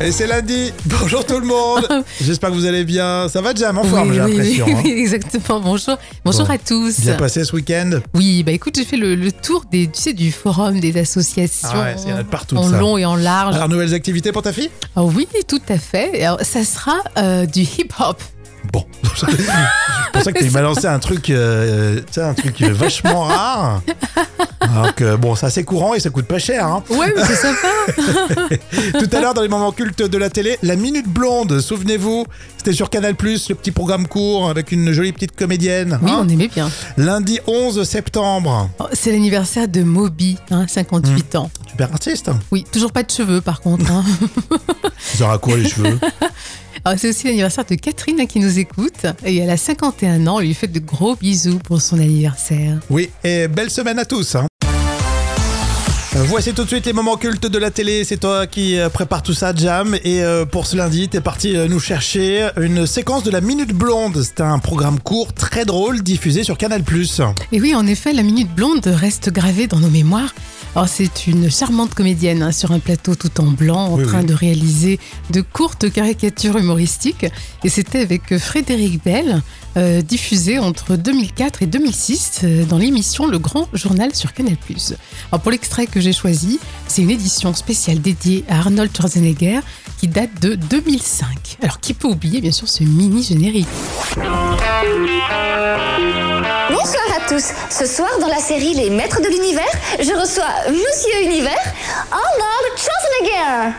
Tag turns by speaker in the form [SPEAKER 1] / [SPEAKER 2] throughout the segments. [SPEAKER 1] Et c'est lundi. Bonjour tout le monde. J'espère que vous allez bien. Ça va déjà en forme,
[SPEAKER 2] oui,
[SPEAKER 1] j'ai
[SPEAKER 2] oui,
[SPEAKER 1] l'impression.
[SPEAKER 2] oui,
[SPEAKER 1] hein.
[SPEAKER 2] oui, exactement. Bonjour, bonjour
[SPEAKER 1] Bon.
[SPEAKER 2] à tous.
[SPEAKER 1] Bien passé ce week-end.
[SPEAKER 2] Oui, bah écoute, j'ai fait le, le tour des, tu sais, du forum des associations.
[SPEAKER 1] Ah ouais, il y en a de partout,
[SPEAKER 2] en
[SPEAKER 1] ça. Ah.
[SPEAKER 2] long et en large.
[SPEAKER 1] Alors, nouvelles activités pour ta fille
[SPEAKER 2] Ah oui, tout à fait. Alors, ça sera euh, du hip-hop.
[SPEAKER 1] Bon. c'est pour ça que tu m'as lancé un truc, euh, tu sais, un truc vachement rare. Alors que, bon, ça c'est courant et ça coûte pas cher. hein.
[SPEAKER 2] Ouais, mais c'est sympa.
[SPEAKER 1] Tout à l'heure, dans les moments cultes de la télé, la Minute Blonde, souvenez-vous, c'était sur Canal+, le petit programme court avec une jolie petite comédienne.
[SPEAKER 2] Oui,
[SPEAKER 1] hein.
[SPEAKER 2] on aimait bien.
[SPEAKER 1] Lundi 11 septembre.
[SPEAKER 2] Oh, C'est l'anniversaire de Moby, hein,
[SPEAKER 1] Mm.
[SPEAKER 2] 58 ans.
[SPEAKER 1] Super artiste. hein.
[SPEAKER 2] Oui, toujours pas de cheveux par contre. hein.
[SPEAKER 1] Ils aura quoi les cheveux
[SPEAKER 2] Alors, C'est aussi l'anniversaire de Catherine hein, qui nous écoute. Et elle a 51 ans. On lui fait de gros bisous pour son anniversaire.
[SPEAKER 1] Oui, et belle semaine à tous. hein. Voici tout de suite les moments cultes de la télé. C'est toi qui euh, prépare tout ça, Jam. Et euh, pour ce lundi, t'es parti euh, nous chercher une séquence de la Minute Blonde. C'est un programme court, très drôle, diffusé sur Canal+.
[SPEAKER 2] Et oui, en effet, la Minute Blonde reste gravée dans nos mémoires. Alors, c'est une charmante comédienne hein, sur un plateau tout en blanc, en
[SPEAKER 1] Oui,
[SPEAKER 2] train
[SPEAKER 1] oui.
[SPEAKER 2] de réaliser de courtes caricatures humoristiques. Et c'était avec euh, Frédéric Bell, euh, diffusé entre 2004 et 2006 euh, dans l'émission Le Grand Journal sur Canal+. Alors, pour l'extrait que j'ai choisi, c'est une édition spéciale dédiée à Arnold Schwarzenegger qui date de 2005. Alors, qui peut oublier, bien sûr, ce mini générique
[SPEAKER 3] Bonsoir à tous. Ce soir, dans la série Les Maîtres de l'Univers, je reçois Monsieur Univers, Arnold Schwarzenegger.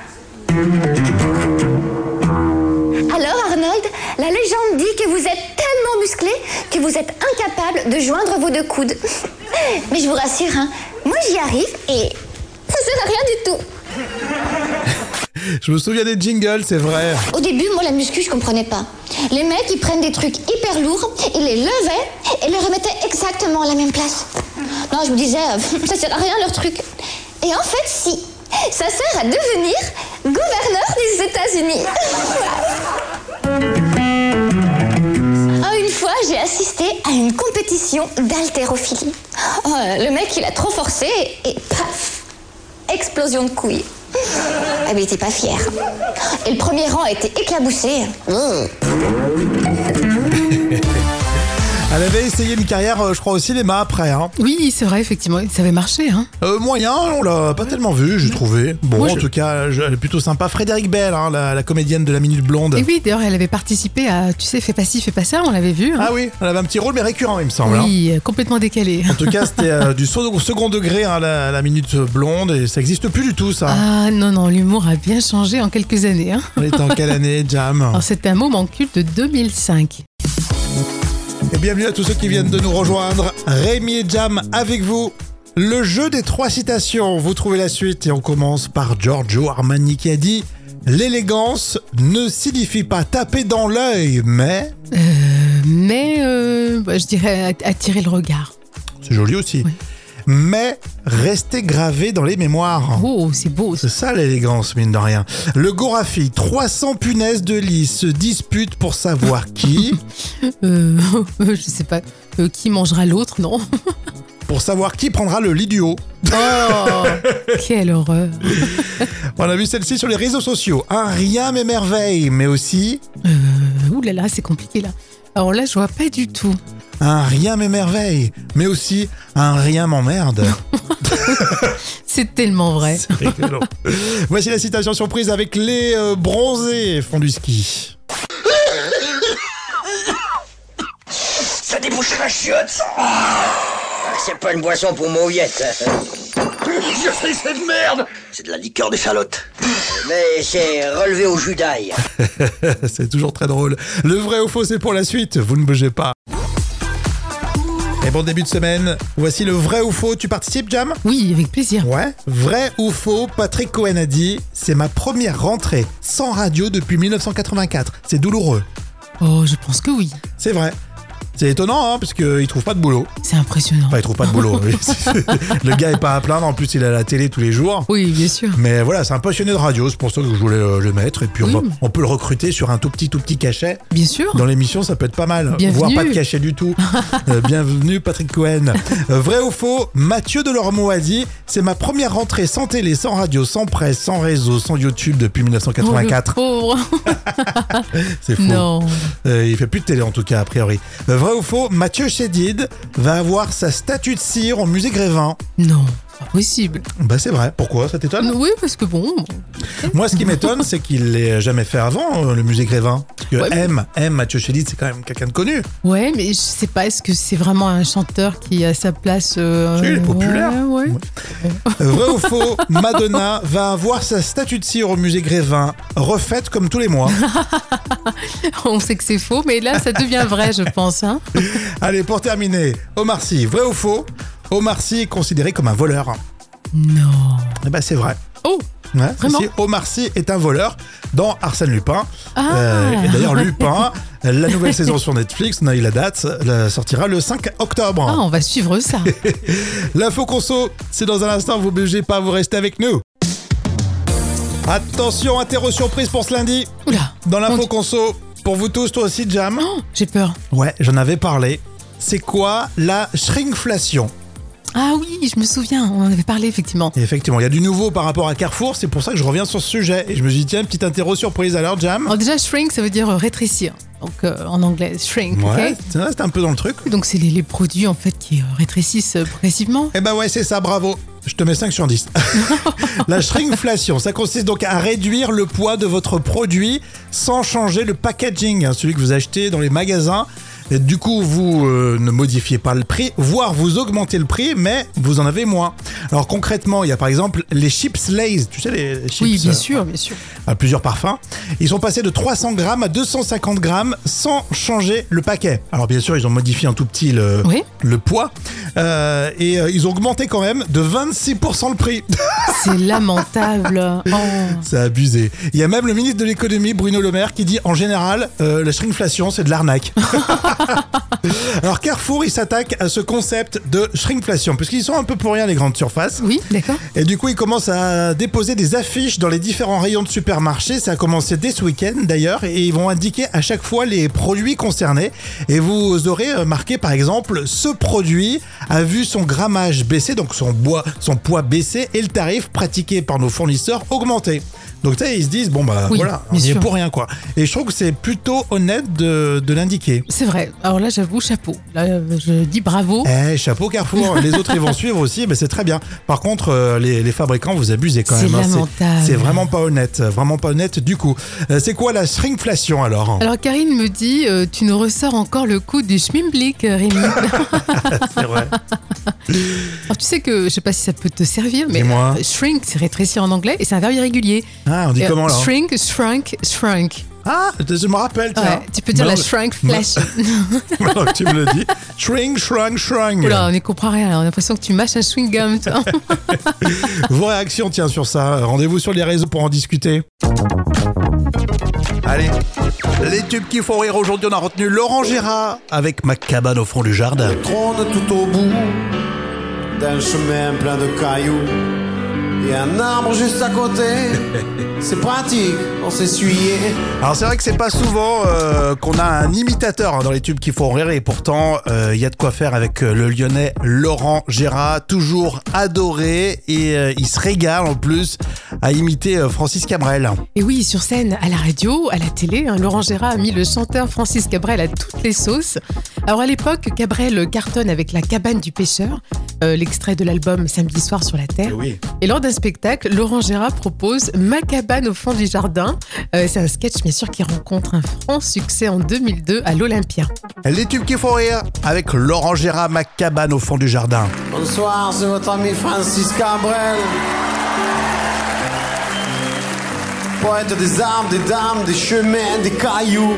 [SPEAKER 3] Alors, Arnold, la légende dit que vous êtes tellement musclé que vous êtes incapable de joindre vos deux coudes. Mais je vous rassure, hein, moi j'y arrive et ça sert à rien du tout.
[SPEAKER 1] Je me souviens des jingles, c'est vrai.
[SPEAKER 3] Au début, moi, la muscu, je comprenais pas. Les mecs, ils prennent des trucs hyper lourds, ils les levaient et les remettaient exactement à la même place. Non, je me disais, euh, ça sert à rien leur truc. Et en fait, si. Ça sert à devenir gouverneur des États-Unis. Ah, une fois, j'ai assisté à une compétition d'haltérophilie. Oh, le mec, il a trop forcé et, et paf Explosion de couilles. Ah, mais il était pas fier. Et le premier rang a été éclaboussé. Mmh.
[SPEAKER 1] Elle avait essayé une carrière, euh, je crois, au cinéma après. hein.
[SPEAKER 2] Oui, c'est vrai, effectivement, ça avait marché, hein
[SPEAKER 1] Euh, moyen, on l'a pas tellement vu, j'ai trouvé. Bon,
[SPEAKER 2] Moi,
[SPEAKER 1] en
[SPEAKER 2] je-
[SPEAKER 1] tout cas, je- elle est plutôt sympa. Frédéric Bell, hein, la, la comédienne de la Minute Blonde.
[SPEAKER 2] Et oui, d'ailleurs, elle avait participé à, tu sais, fais pas ci, fais pas ça, on l'avait vu. hein.
[SPEAKER 1] Ah oui, elle avait un petit rôle, mais récurrent, il me semble. hein.
[SPEAKER 2] oui, euh, complètement décalé.
[SPEAKER 1] En tout cas, c'était euh, du second second degré, hein, la, la minute blonde, et ça existe plus du tout, ça.
[SPEAKER 2] Ah non, non, l'humour a bien changé en quelques années. Hein.
[SPEAKER 1] On était en quelle année, Jam
[SPEAKER 2] Alors, c'est un moment culte de 2005.
[SPEAKER 1] Et bienvenue à tous ceux qui viennent de nous rejoindre. Rémi et Jam avec vous. Le jeu des trois citations, vous trouvez la suite, et on commence par Giorgio Armani qui a dit L'élégance ne signifie pas taper dans l'œil, mais.
[SPEAKER 2] Mais euh, bah, je dirais att- attirer le regard.
[SPEAKER 1] C'est joli aussi.
[SPEAKER 2] Oui.
[SPEAKER 1] Mais rester gravé dans les mémoires.
[SPEAKER 2] Oh, c'est beau. ça.
[SPEAKER 1] Ah. C'est ça l'élégance, mine de rien. Le Gorafi, 300 punaises de lit se disputent pour savoir qui.
[SPEAKER 2] Euh, je sais pas euh, qui mangera l'autre, non
[SPEAKER 1] pour savoir qui prendra le lit du haut.
[SPEAKER 2] Oh,
[SPEAKER 1] Ah.
[SPEAKER 2] quelle horreur. Euh,
[SPEAKER 1] On a vu celle-ci sur les réseaux sociaux. Un rien mais merveille, mais aussi
[SPEAKER 2] Euh, Ouh là là, c'est compliqué là. Alors là, je vois pas du tout.
[SPEAKER 1] un rien mais merveille, mais aussi un rien m'emmerde.
[SPEAKER 2] C'est tellement vrai.
[SPEAKER 1] C'est rigolo. Voici la citation surprise avec les euh, bronzés font du ski.
[SPEAKER 4] Ça débouche la chiotte Ah, C'est pas une boisson pour mauviette. Je fais cette merde C'est de la liqueur de Charlotte. Mais c'est relevé au jus d'ail.
[SPEAKER 1] c'est toujours très drôle. Le vrai ou faux, c'est pour la suite. Vous ne bougez pas. Et bon début de semaine. Voici le vrai ou faux. Tu participes, Jam
[SPEAKER 2] Oui, avec plaisir.
[SPEAKER 1] Ouais. Vrai ou faux, Patrick Cohen a dit C'est ma première rentrée sans radio depuis 1984. C'est douloureux.
[SPEAKER 2] Oh, je pense que oui.
[SPEAKER 1] C'est vrai. C'est étonnant, hein, parce qu'il trouve pas de boulot.
[SPEAKER 2] C'est impressionnant.
[SPEAKER 1] Enfin, il trouve pas de boulot. oui. le gars est pas à plaindre. En plus, il a la télé tous les jours.
[SPEAKER 2] Oui, bien sûr.
[SPEAKER 1] Mais voilà, c'est un passionné de radio. C'est pour ça que je voulais euh, le mettre. Et puis, on,
[SPEAKER 2] Oui.
[SPEAKER 1] va- on peut le recruter sur un tout petit, tout petit cachet.
[SPEAKER 2] Bien sûr.
[SPEAKER 1] Dans l'émission, ça peut être pas mal.
[SPEAKER 2] Bienvenue.
[SPEAKER 1] Voire pas de cachet du tout. Euh, bienvenue, Patrick Cohen. Euh, vrai ou faux, Mathieu Delormeau a dit C'est ma première rentrée sans télé, sans radio, sans presse, sans réseau, sans YouTube depuis
[SPEAKER 2] Oh, le
[SPEAKER 1] 1984.
[SPEAKER 2] pauvre.
[SPEAKER 1] c'est faux.
[SPEAKER 2] Oh, Non.
[SPEAKER 1] Euh, il fait plus de télé en tout cas, a priori. Euh, vrai ou faux, Mathieu Chédid va avoir sa statue de cire au musée Grévin.
[SPEAKER 2] Non. c'est Pas possible.
[SPEAKER 1] Bah c'est vrai, pourquoi Ça t'étonne
[SPEAKER 2] Oui, parce que bon.
[SPEAKER 1] Moi ce qui m'étonne c'est qu'il l'ait jamais fait avant, euh, le musée Grévin. Parce que
[SPEAKER 2] Ouais, mais-
[SPEAKER 1] M, M, Mathieu Chédid c'est quand même quelqu'un de connu.
[SPEAKER 2] Ouais, mais je sais pas, est-ce que c'est vraiment un chanteur qui a sa place. euh,
[SPEAKER 1] Si, il est populaire.
[SPEAKER 2] Ouais, ouais.
[SPEAKER 1] Euh, Vrai ou faux, Madonna va avoir sa statue de cire au musée Grévin, refaite comme tous les mois.
[SPEAKER 2] On sait que c'est faux, mais là, ça devient vrai, je pense. hein.
[SPEAKER 1] Allez, pour terminer, Omar Sy, vrai ou faux Omar Sy est considéré comme un voleur.
[SPEAKER 2] Non.
[SPEAKER 1] Eh ben c'est vrai.
[SPEAKER 2] Oh,
[SPEAKER 1] Ouais, si,
[SPEAKER 2] Vraiment
[SPEAKER 1] si, Omar Sy est un voleur dans Arsène Lupin. Euh,
[SPEAKER 2] Ah.
[SPEAKER 1] et D'ailleurs, Lupin, la nouvelle saison sur Netflix, on a eu la date, la sortira le 5 octobre.
[SPEAKER 2] ah, on va suivre ça. Ah.
[SPEAKER 1] L'info conso, c'est dans un instant, vous bougez pas, vous restez avec nous. Attention, interro surprise pour ce lundi.
[SPEAKER 2] Oula.
[SPEAKER 1] Dans
[SPEAKER 2] Mon
[SPEAKER 1] l'info
[SPEAKER 2] Dieu.
[SPEAKER 1] conso, pour vous tous, toi aussi, Jam.
[SPEAKER 2] Oh, J'ai peur.
[SPEAKER 1] Ouais, j'en avais parlé. C'est quoi la shrinkflation
[SPEAKER 2] Ah oui, je me souviens, on en avait parlé effectivement.
[SPEAKER 1] Et Effectivement, il y a du nouveau par rapport à Carrefour, c'est pour ça que je reviens sur ce sujet. Et je me suis dit, tiens, petite interro surprise alors, Jam.
[SPEAKER 2] Alors déjà, shrink, ça veut dire euh, rétrécir. Donc euh, en anglais, shrink. ok
[SPEAKER 1] Ouais, c'est c'est un peu dans le truc.
[SPEAKER 2] Donc c'est les, les produits en fait qui euh, rétrécissent euh, progressivement.
[SPEAKER 1] Eh ben ouais, c'est ça, bravo. Je te mets 5 sur 10. la shrinkflation, ça consiste donc à réduire le poids de votre produit sans changer le packaging, hein, celui que vous achetez dans les magasins. Et du coup, vous euh, ne modifiez pas le prix, voire vous augmentez le prix, mais vous en avez moins. Alors concrètement, il y a par exemple les chips Lay's, tu sais les chips
[SPEAKER 2] oui, bien
[SPEAKER 1] euh,
[SPEAKER 2] sûr, bien sûr.
[SPEAKER 1] à plusieurs parfums. Ils sont passés de 300 grammes à 250 grammes sans changer le paquet. Alors bien sûr, ils ont modifié un tout petit le,
[SPEAKER 2] Oui.
[SPEAKER 1] le poids Euh, et euh, ils ont augmenté quand même de 26% le prix.
[SPEAKER 2] C'est lamentable. Oh.
[SPEAKER 1] C'est abusé. Il y a même le ministre de l'économie, Bruno Le Maire, qui dit en général, euh, la shrinkflation, c'est de l'arnaque. Alors Carrefour, il s'attaque à ce concept de shrinkflation, puisqu'ils sont un peu pour rien les grandes surfaces.
[SPEAKER 2] Oui, d'accord.
[SPEAKER 1] Et du coup, ils commencent à déposer des affiches dans les différents rayons de supermarchés. Ça a commencé dès ce week-end d'ailleurs. Et ils vont indiquer à chaque fois les produits concernés. Et vous aurez euh, marqué par exemple, ce produit a vu son grammage baisser, donc son, bois, son poids baisser, et le tarif pratiqué par nos fournisseurs augmenté. Donc tu sais, ils se disent, bon bah
[SPEAKER 2] Oui,
[SPEAKER 1] voilà, on
[SPEAKER 2] bien
[SPEAKER 1] y est
[SPEAKER 2] sûr.
[SPEAKER 1] pour rien quoi. Et je trouve que c'est plutôt honnête de, de l'indiquer.
[SPEAKER 2] C'est vrai. Alors là, j'avoue, chapeau. Là, euh, je dis bravo.
[SPEAKER 1] Eh, chapeau Carrefour, les autres ils vont suivre aussi, mais c'est très bien. Par contre, euh, les, les fabricants, vous abusez quand
[SPEAKER 2] C'est
[SPEAKER 1] même. hein.
[SPEAKER 2] lamentable.
[SPEAKER 1] C'est vraiment pas honnête, euh, vraiment pas honnête du coup. Euh, c'est quoi la shrinkflation alors
[SPEAKER 2] Alors Karine me dit, euh, tu nous ressors encore le coup du schmimblick, euh, Rémi. Alors
[SPEAKER 1] C'est vrai.
[SPEAKER 2] tu sais que, je sais pas si ça peut te servir, mais
[SPEAKER 1] Dis-moi.
[SPEAKER 2] euh, shrink, c'est rétrécir en anglais et c'est un verbe irrégulier.
[SPEAKER 1] Ah, on dit
[SPEAKER 2] Euh,
[SPEAKER 1] comment là
[SPEAKER 2] Shrink, shrunk, shrunk.
[SPEAKER 1] Ah, je me rappelle.
[SPEAKER 2] Ouais,
[SPEAKER 1] tiens.
[SPEAKER 2] tu peux dire la
[SPEAKER 1] Maintenant-
[SPEAKER 2] shrink flash.
[SPEAKER 1] maintenant que tu me le dis. Shrink, shrunk, shrunk.
[SPEAKER 2] Oula, on n'y comprend rien. là. On a l'impression que tu mâches un chewing-gum. toi.
[SPEAKER 1] Vos réactions, tiens, sur ça. Rendez-vous sur les réseaux pour en discuter. Allez, les tubes qui font rire aujourd'hui, on a retenu Laurent Gérard avec ma cabane au fond du jardin.
[SPEAKER 5] trône tout au bout d'un chemin plein de cailloux et un arbre juste à côté. C'est pratique, on s'essuyait.
[SPEAKER 1] Alors c'est vrai que c'est pas souvent euh, qu'on a un imitateur hein, dans les tubes qui font rire et pourtant euh, il y a de quoi faire avec euh, le lyonnais Laurent Gérard, toujours adoré et euh, il se régale en plus à imiter euh, Francis Cabrel.
[SPEAKER 2] Et oui, sur scène, à la radio, à la télé, hein, Laurent Gérard a mis le chanteur Francis Cabrel à toutes les sauces. Alors à l'époque, Cabrel cartonne avec La cabane du pêcheur, euh, l'extrait de l'album Samedi soir sur la Terre.
[SPEAKER 1] Ah oui.
[SPEAKER 2] Et lors d'un spectacle, Laurent Gérard propose Ma cabane au fond du jardin. Euh, C'est un sketch, bien sûr, qui rencontre un franc succès en 2002 à l'Olympia.
[SPEAKER 1] Les tubes qui font rire avec Laurent Gérard, ma cabane au fond du jardin.
[SPEAKER 5] Bonsoir, c'est votre ami Francis Cabrel. Poète des arbres, des dames, des chemins, des cailloux.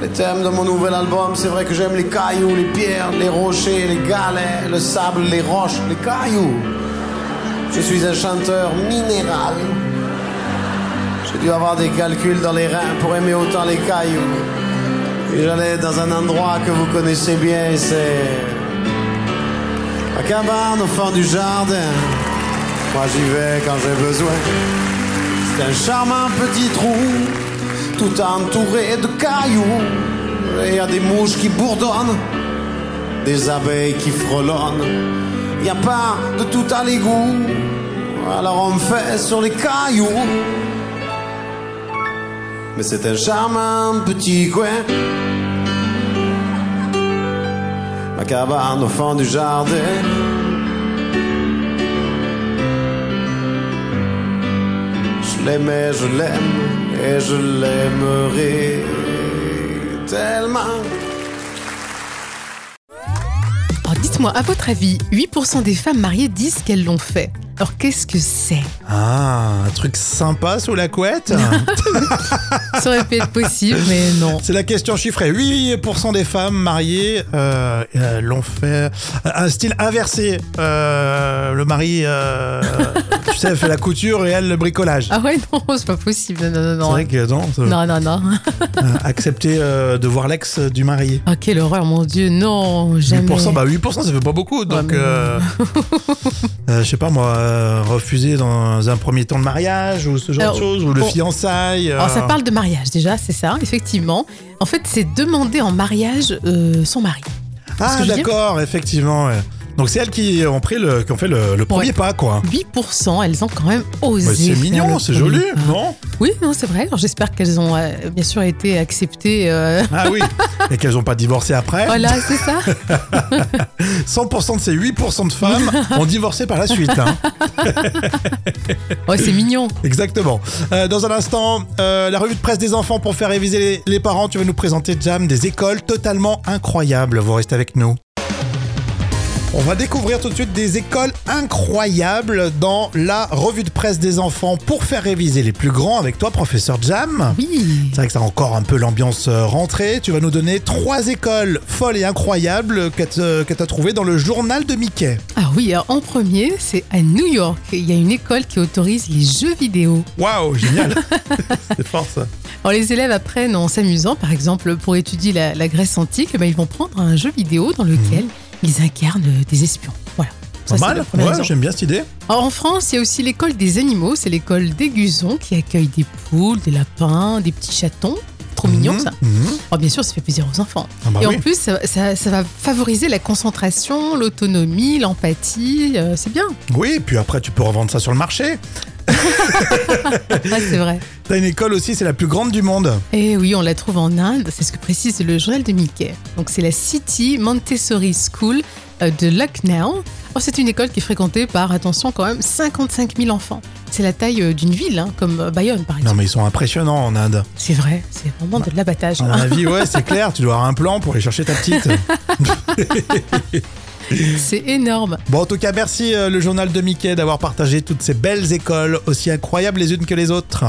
[SPEAKER 5] Les thèmes de mon nouvel album, c'est vrai que j'aime les cailloux, les pierres, les rochers, les galets, le sable, les roches, les cailloux. Je suis un chanteur minéral. J'ai dû avoir des calculs dans les reins pour aimer autant les cailloux. Et j'allais dans un endroit que vous connaissez bien, c'est. La cabane au fond du jardin. Moi j'y vais quand j'ai besoin. C'est un charmant petit trou, tout entouré de cailloux. Il y a des mouches qui bourdonnent, des abeilles qui frelonnent. Il n'y a pas de tout à l'égout. Alors on fait sur les cailloux. Mais c'est un charmant petit coin. Ma cabane au fond du jardin. Je l'aimais, je l'aime et je l'aimerai tellement.
[SPEAKER 2] Alors dites-moi, à votre avis, 8% des femmes mariées disent qu'elles l'ont fait. Alors qu'est-ce que c'est
[SPEAKER 1] Ah, un truc sympa sous la couette
[SPEAKER 2] Ça aurait pu être possible, mais non.
[SPEAKER 1] C'est la question chiffrée. 8% des femmes mariées euh, euh, l'ont fait. Un style inversé. Euh, le mari, euh, tu sais, fait la couture et elle le bricolage.
[SPEAKER 2] Ah ouais, non, c'est pas possible. Non, non,
[SPEAKER 1] C'est
[SPEAKER 2] non.
[SPEAKER 1] vrai que non, ça-
[SPEAKER 2] Non, non, non.
[SPEAKER 1] euh, accepter euh, de voir l'ex du marié.
[SPEAKER 2] Ah, quelle horreur, mon Dieu. Non, jamais.
[SPEAKER 1] 8%, bah 8%, ça fait pas beaucoup. Donc,
[SPEAKER 2] mais non.
[SPEAKER 1] euh, euh, je sais pas moi, euh, refuser dans un premier temps de mariage ou ce genre
[SPEAKER 2] Alors, Oh,
[SPEAKER 1] de choses, ou le
[SPEAKER 2] bon.
[SPEAKER 1] fiançailles.
[SPEAKER 2] Alors, ça
[SPEAKER 1] euh,
[SPEAKER 2] parle de mariage, déjà, c'est ça, effectivement. En fait, c'est demander en mariage euh, son mari. ce que
[SPEAKER 1] Ah,
[SPEAKER 2] je veux dire
[SPEAKER 1] d'accord, effectivement. ouais. Donc, c'est elles qui ont, pris le, qui ont fait le, le premier
[SPEAKER 2] Ouais.
[SPEAKER 1] pas, quoi.
[SPEAKER 2] 8%, elles ont quand même osé.
[SPEAKER 1] Bah, c'est
[SPEAKER 2] faire
[SPEAKER 1] mignon,
[SPEAKER 2] le
[SPEAKER 1] c'est
[SPEAKER 2] premier
[SPEAKER 1] joli,
[SPEAKER 2] pas.
[SPEAKER 1] non
[SPEAKER 2] Oui, non, c'est vrai. Alors, j'espère qu'elles ont euh, bien sûr été acceptées. euh,
[SPEAKER 1] Ah oui, et qu'elles n'ont pas divorcé après.
[SPEAKER 2] Voilà, c'est ça.
[SPEAKER 1] 100% de ces 8% de femmes ont divorcé par la suite. hein.
[SPEAKER 2] Ouais, c'est mignon.
[SPEAKER 1] Exactement. Euh, dans un instant, euh, la revue de presse des enfants pour faire réviser les, les parents. Tu vas nous présenter, Jam, des écoles totalement incroyables. Vous restez avec nous. On va découvrir tout de suite des écoles incroyables dans la revue de presse des enfants pour faire réviser les plus grands avec toi, professeur Jam.
[SPEAKER 2] Oui.
[SPEAKER 1] C'est vrai que ça a encore un peu l'ambiance euh, rentrée. Tu vas nous donner trois écoles folles et incroyables que tu as trouvées dans le journal de Mickey.
[SPEAKER 2] Ah oui, alors, en premier, c'est à New York. Il y a une école qui autorise les jeux vidéo.
[SPEAKER 1] Waouh, génial C'est fort ça.
[SPEAKER 2] Alors, les élèves apprennent en s'amusant, par exemple, pour étudier la, la Grèce antique, eh ben, ils vont prendre un jeu vidéo dans lequel ils incarnent euh, des espions. Voilà. Ça,
[SPEAKER 1] Mhm. Pas
[SPEAKER 2] c'est
[SPEAKER 1] mal
[SPEAKER 2] le premier
[SPEAKER 1] Ouais,
[SPEAKER 2] exemple.
[SPEAKER 1] j'aime bien cette idée.
[SPEAKER 2] Alors, en France, il y a aussi l'école des animaux, c'est l'école des gusons qui accueille des poules, des lapins, des petits chatons. Trop mignon
[SPEAKER 1] Mhm,
[SPEAKER 2] ça.
[SPEAKER 1] mhm.
[SPEAKER 2] Alors, bien sûr, ça fait plaisir aux enfants.
[SPEAKER 1] Ah bah
[SPEAKER 2] Et
[SPEAKER 1] oui.
[SPEAKER 2] en plus, ça, ça- ça va favoriser la concentration, l'autonomie, l'empathie. euh, c'est bien.
[SPEAKER 1] Oui, et puis après, tu peux revendre ça sur le marché.
[SPEAKER 2] Ouais, c'est vrai.
[SPEAKER 1] T'as une école aussi, c'est la plus grande du monde.
[SPEAKER 2] Et Eh oui, on la trouve en Inde. C'est ce que précise le journal de Mickey. Donc, c'est la City Montessori School euh, de Lucknow. Alors, c'est une école qui est fréquentée par, attention quand même, 55 000 enfants. C'est la taille euh, d'une ville, hein, comme euh, Bayonne par
[SPEAKER 1] Non,
[SPEAKER 2] exemple.
[SPEAKER 1] mais ils sont impressionnants en Inde.
[SPEAKER 2] C'est vrai, c'est vraiment de l'abattage. Ah,
[SPEAKER 1] À mon avis, ouais, c'est clair, tu dois avoir un plan pour aller chercher ta petite.
[SPEAKER 2] C'est énorme.
[SPEAKER 1] Bon, en tout cas, merci euh, le journal de Mickey d'avoir partagé toutes ces belles écoles, aussi incroyables les unes que les autres.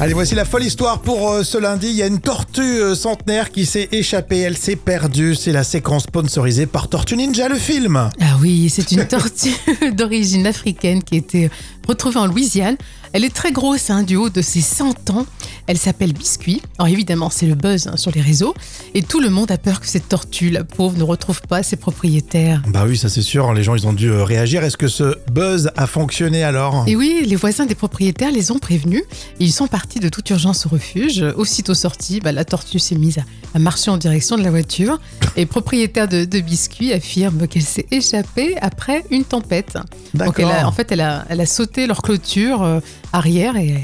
[SPEAKER 1] Allez, voici la folle histoire pour euh, ce lundi. Il y a une tortue euh, centenaire qui s'est échappée, elle s'est perdue. C'est la séquence sponsorisée par Tortue Ninja, le film.
[SPEAKER 2] Ah oui, c'est une tortue d'origine africaine qui a été retrouvée en Louisiane. Elle est très grosse, hein, du haut de ses 100 ans. Elle s'appelle Biscuit. Alors évidemment, c'est le buzz hein, sur les réseaux. Et tout le monde a peur que cette tortue, la pauvre, ne retrouve pas ses propriétaires.
[SPEAKER 1] Bah oui, ça c'est sûr, les gens ils ont dû euh, réagir. Est-ce que ce buzz a fonctionné alors
[SPEAKER 2] Et oui, les voisins des propriétaires les ont prévenus. Et ils sont partis de toute urgence au refuge. Aussitôt sortie, bah, la tortue s'est mise à, à marcher en direction de la voiture. Et le propriétaire de, de Biscuit affirme qu'elle s'est échappée après une tempête. Donc elle a- en
[SPEAKER 1] D'accord.
[SPEAKER 2] fait, elle a, elle a sauté leur clôture euh, arrière et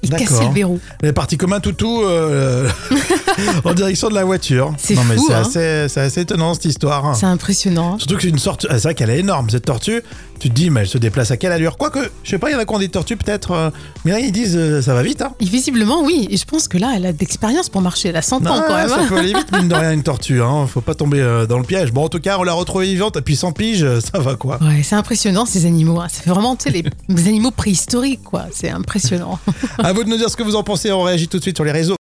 [SPEAKER 2] et
[SPEAKER 1] D'accord.
[SPEAKER 2] cassé le verrou.
[SPEAKER 1] Les parties comme un toutou euh, en direction de la voiture.
[SPEAKER 2] C'est
[SPEAKER 1] Non mais
[SPEAKER 2] fou,
[SPEAKER 1] c'est
[SPEAKER 2] hein.
[SPEAKER 1] assez, c'est assez étonnant cette histoire. hein.
[SPEAKER 2] C'est impressionnant.
[SPEAKER 1] Surtout que c'est une sorte. ah, C'est vrai qu'elle est énorme cette tortue. Tu te dis, mais elle se déplace à quelle allure Quoique, je sais pas, il y en a qui ont des tortues peut-être. euh, mais là, ils disent, euh, ça va vite. Hein.
[SPEAKER 2] Et visiblement, oui. Et je pense que là, elle a de l'expérience pour marcher. Elle a 100 ans
[SPEAKER 1] Non,
[SPEAKER 2] quand
[SPEAKER 1] Ah,
[SPEAKER 2] même.
[SPEAKER 1] ça
[SPEAKER 2] hein.
[SPEAKER 1] peut aller vite, mine de rien, une tortue. Hein. Faut pas tomber euh, dans le piège. Bon, en tout cas, on l'a retrouvée vivante, et puis sans pige, euh, ça va quoi.
[SPEAKER 2] Ouais, c'est impressionnant ces animaux. hein. Ça fait vraiment, tu sais, les, les animaux préhistoriques, quoi. C'est impressionnant.
[SPEAKER 1] À vous de nous dire ce que vous en pensez, on réagit tout de suite sur les réseaux.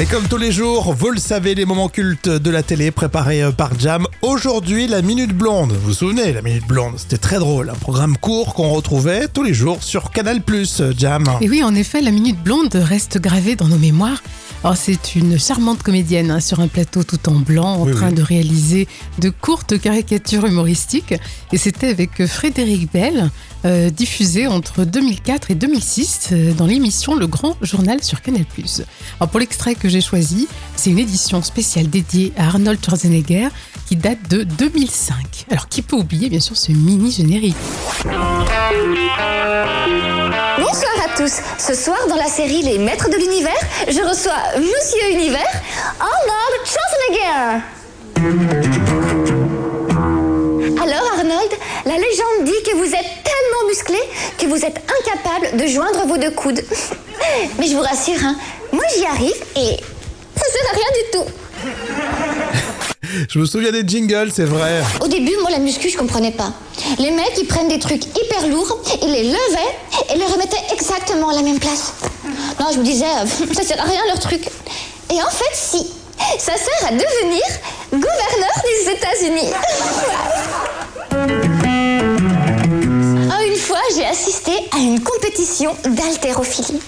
[SPEAKER 1] Et comme tous les jours, vous le savez, les moments cultes de la télé préparés euh, par Jam. Aujourd'hui, la Minute Blonde. Vous vous souvenez, la Minute Blonde, c'était très drôle. Un programme court qu'on retrouvait tous les jours sur Canal+, euh, Jam.
[SPEAKER 2] Et oui, en effet, la minute blonde reste gravée dans nos mémoires. Alors, c'est une charmante comédienne hein, sur un plateau tout en blanc, en
[SPEAKER 1] Oui,
[SPEAKER 2] train
[SPEAKER 1] oui.
[SPEAKER 2] de réaliser de courtes caricatures humoristiques. Et c'était avec Frédéric Bell, euh, diffusé entre 2004 et 2006 euh, dans l'émission Le Grand Journal sur Canal+. Alors, pour l'extrait que j'ai choisi, c'est une édition spéciale dédiée à Arnold Schwarzenegger qui date de 2005. Alors, qui peut oublier, bien sûr, ce mini-générique
[SPEAKER 3] Bonsoir à tous. Ce soir, dans la série Les Maîtres de l'Univers, je reçois Monsieur Univers, Arnold Schwarzenegger. Alors, Arnold, la légende dit que vous êtes tellement musclé que vous êtes incapable de joindre vos deux coudes. Mais je vous rassure, hein, moi j'y arrive et ça sert à rien du tout.
[SPEAKER 1] Je me souviens des jingles, c'est vrai.
[SPEAKER 3] Au début, moi, la muscu, je comprenais pas. Les mecs, ils prennent des trucs hyper lourds, ils les levaient et les remettaient exactement à la même place. Non, je me disais, euh, ça sert à rien leur truc. Et en fait, si. Ça sert à devenir gouverneur des États-Unis. Ah, une fois, j'ai assisté à une compétition d'haltérophilie.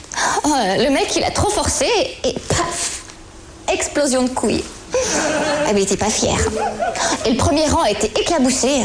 [SPEAKER 3] Oh, le mec, il a trop forcé et paf Explosion de couilles. Ah, mais il était pas fier. Et le premier rang a été éclaboussé.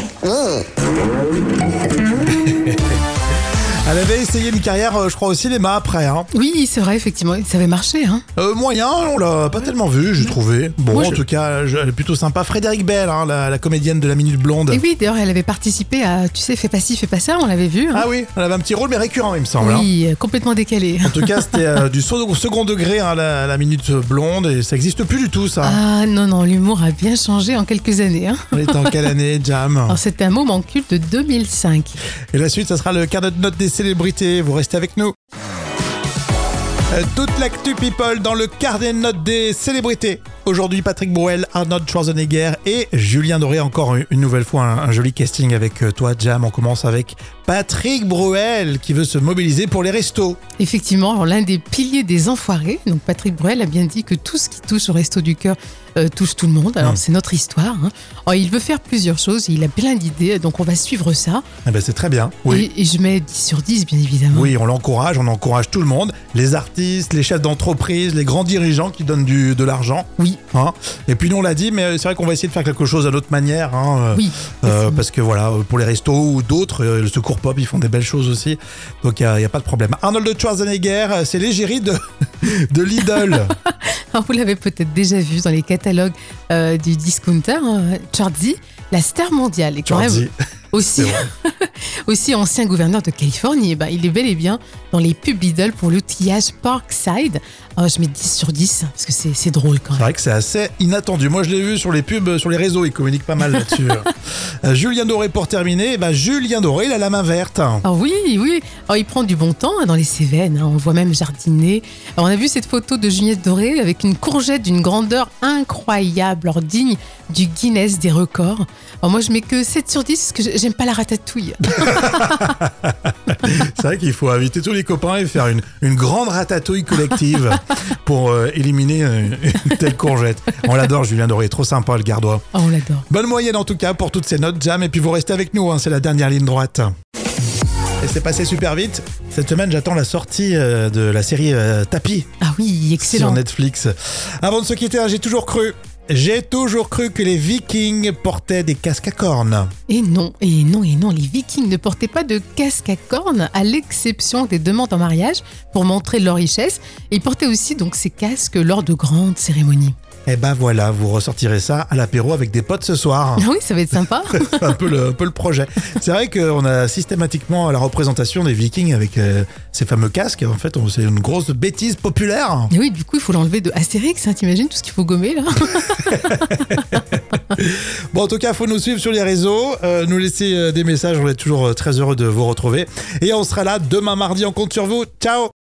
[SPEAKER 1] Elle avait essayé une carrière, euh, je crois aussi, les mains après. Hein.
[SPEAKER 2] Oui, c'est vrai, effectivement, ça avait marché. Hein.
[SPEAKER 1] Euh, moyen, on l'a pas tellement vu, j'ai trouvé. Bon,
[SPEAKER 2] Moi,
[SPEAKER 1] en
[SPEAKER 2] je-
[SPEAKER 1] tout cas, je- elle est plutôt sympa. Frédéric Bell, hein, la, la comédienne de La Minute Blonde.
[SPEAKER 2] Et oui, d'ailleurs, elle avait participé à, tu sais, Fais pas ci, fais pas ça, on l'avait vu. hein.
[SPEAKER 1] Ah oui, elle avait un petit rôle, mais récurrent, il me semble. hein.
[SPEAKER 2] oui, euh, complètement décalé.
[SPEAKER 1] En tout cas, c'était euh, du second second degré, hein, la, la Minute Blonde, et ça existe plus du tout, ça.
[SPEAKER 2] Ah non, non, l'humour a bien changé en quelques années. Hein.
[SPEAKER 1] On était en quelle année, Jam
[SPEAKER 2] Alors, c'était un moment culte de 2005.
[SPEAKER 1] Et la suite, ça sera le quart de note des célébrités. Vous restez avec nous. Euh, Toute l'actu people dans le quart des notes des célébrités. Aujourd'hui, Patrick Bruel, Arnold Schwarzenegger et Julien Doré. Encore une- une nouvelle fois, un, un joli casting avec euh, toi, Jam. On commence avec Patrick Bruel qui veut se mobiliser pour les restos.
[SPEAKER 2] Effectivement, alors, l'un des piliers des enfoirés, donc Patrick Bruel a bien dit que tout ce qui touche au resto du cœur euh, touche tout le monde. Alors,
[SPEAKER 1] Mm.
[SPEAKER 2] c'est notre histoire. hein. Alors, il veut faire plusieurs choses, il a plein d'idées, donc on va suivre ça.
[SPEAKER 1] Eh ben, c'est très bien. Oui.
[SPEAKER 2] Et, et je mets 10 sur 10, bien évidemment.
[SPEAKER 1] Oui, on l'encourage, on encourage tout le monde, les artistes, les chefs d'entreprise, les grands dirigeants qui donnent du, de l'argent.
[SPEAKER 2] Oui.
[SPEAKER 1] hein. Et puis nous, on l'a dit, mais c'est vrai qu'on va essayer de faire quelque chose à notre manière. hein, euh,
[SPEAKER 2] Oui,
[SPEAKER 1] euh,
[SPEAKER 2] effectivement.
[SPEAKER 1] parce que voilà, pour les restos ou d'autres, euh, le secours pop, ils font des belles choses aussi. Donc il n'y a, y a pas de problème. Arnold Schwarzenegger, euh, c'est l'égérie de, de Lidl.
[SPEAKER 2] Alors, Ah, vous l'avez peut-être déjà vu dans les catalogues euh, du discounter, hein, Chardy, la star mondiale. Et quand même,
[SPEAKER 1] Schwarzy.
[SPEAKER 2] aussi, aussi ancien gouverneur de Californie, eh ben, il est bel et bien dans les pubs Lidl pour l'outillage Parkside. Alors, je mets 10 sur 10 parce que c'est c'est drôle quand
[SPEAKER 1] C'est
[SPEAKER 2] même.
[SPEAKER 1] vrai que c'est assez inattendu. Moi, je l'ai vu sur les pubs, euh, sur les réseaux, il communique pas mal là-dessus. Euh, Julien Doré pour terminer. Eh ben, Julien Doré, il a la main verte.
[SPEAKER 2] Ah oui, oui. Alors, il prend du bon temps hein, dans les Cévennes. hein. On voit même jardiner. Alors, on a vu cette photo de Juliette Doré avec une courgette d'une grandeur incroyable, alors digne du Guinness des records. Alors, moi, je mets que 7 sur 10 parce que j'ai- j'aime pas la ratatouille.
[SPEAKER 1] C'est vrai qu'il faut inviter tous les copains et faire une, une grande ratatouille collective pour euh, éliminer euh, une telle courgette. On l'adore, Julien Doré, trop sympa le gardois.
[SPEAKER 2] Ah, on l'adore.
[SPEAKER 1] Bonne moyenne en tout cas pour toutes ces notes, Jam, et puis vous restez avec nous, hein, c'est la dernière ligne droite. Et c'est passé super vite. Cette semaine, j'attends la sortie euh, de la série euh, Tapis
[SPEAKER 2] Ah oui,
[SPEAKER 1] sur
[SPEAKER 2] excellent.
[SPEAKER 1] Netflix. Avant de se quitter, hein, j'ai toujours cru, j'ai toujours cru que les Vikings portaient des casques à cornes.
[SPEAKER 2] Et non, et non, et non, les Vikings ne portaient pas de casque à cornes, à l'exception des demandes en mariage pour montrer leur richesse. Ils portaient aussi donc ces casques lors de grandes cérémonies.
[SPEAKER 1] Et ben voilà, vous ressortirez ça à l'apéro avec des potes ce soir.
[SPEAKER 2] Ah oui, ça va être sympa.
[SPEAKER 1] C'est un peu le, un peu le projet. C'est vrai qu'on a systématiquement la représentation des Vikings avec euh, ces fameux casques. En fait, on- c'est une grosse bêtise populaire.
[SPEAKER 2] Et oui, du coup, il faut l'enlever de Astérix, hein, t'imagines tout ce qu'il faut gommer là
[SPEAKER 1] Bon, en tout cas, faut nous suivre sur les réseaux, euh, nous laisser euh, des messages. On est toujours euh, très heureux de vous retrouver. Et on sera là demain mardi. On compte sur vous. Ciao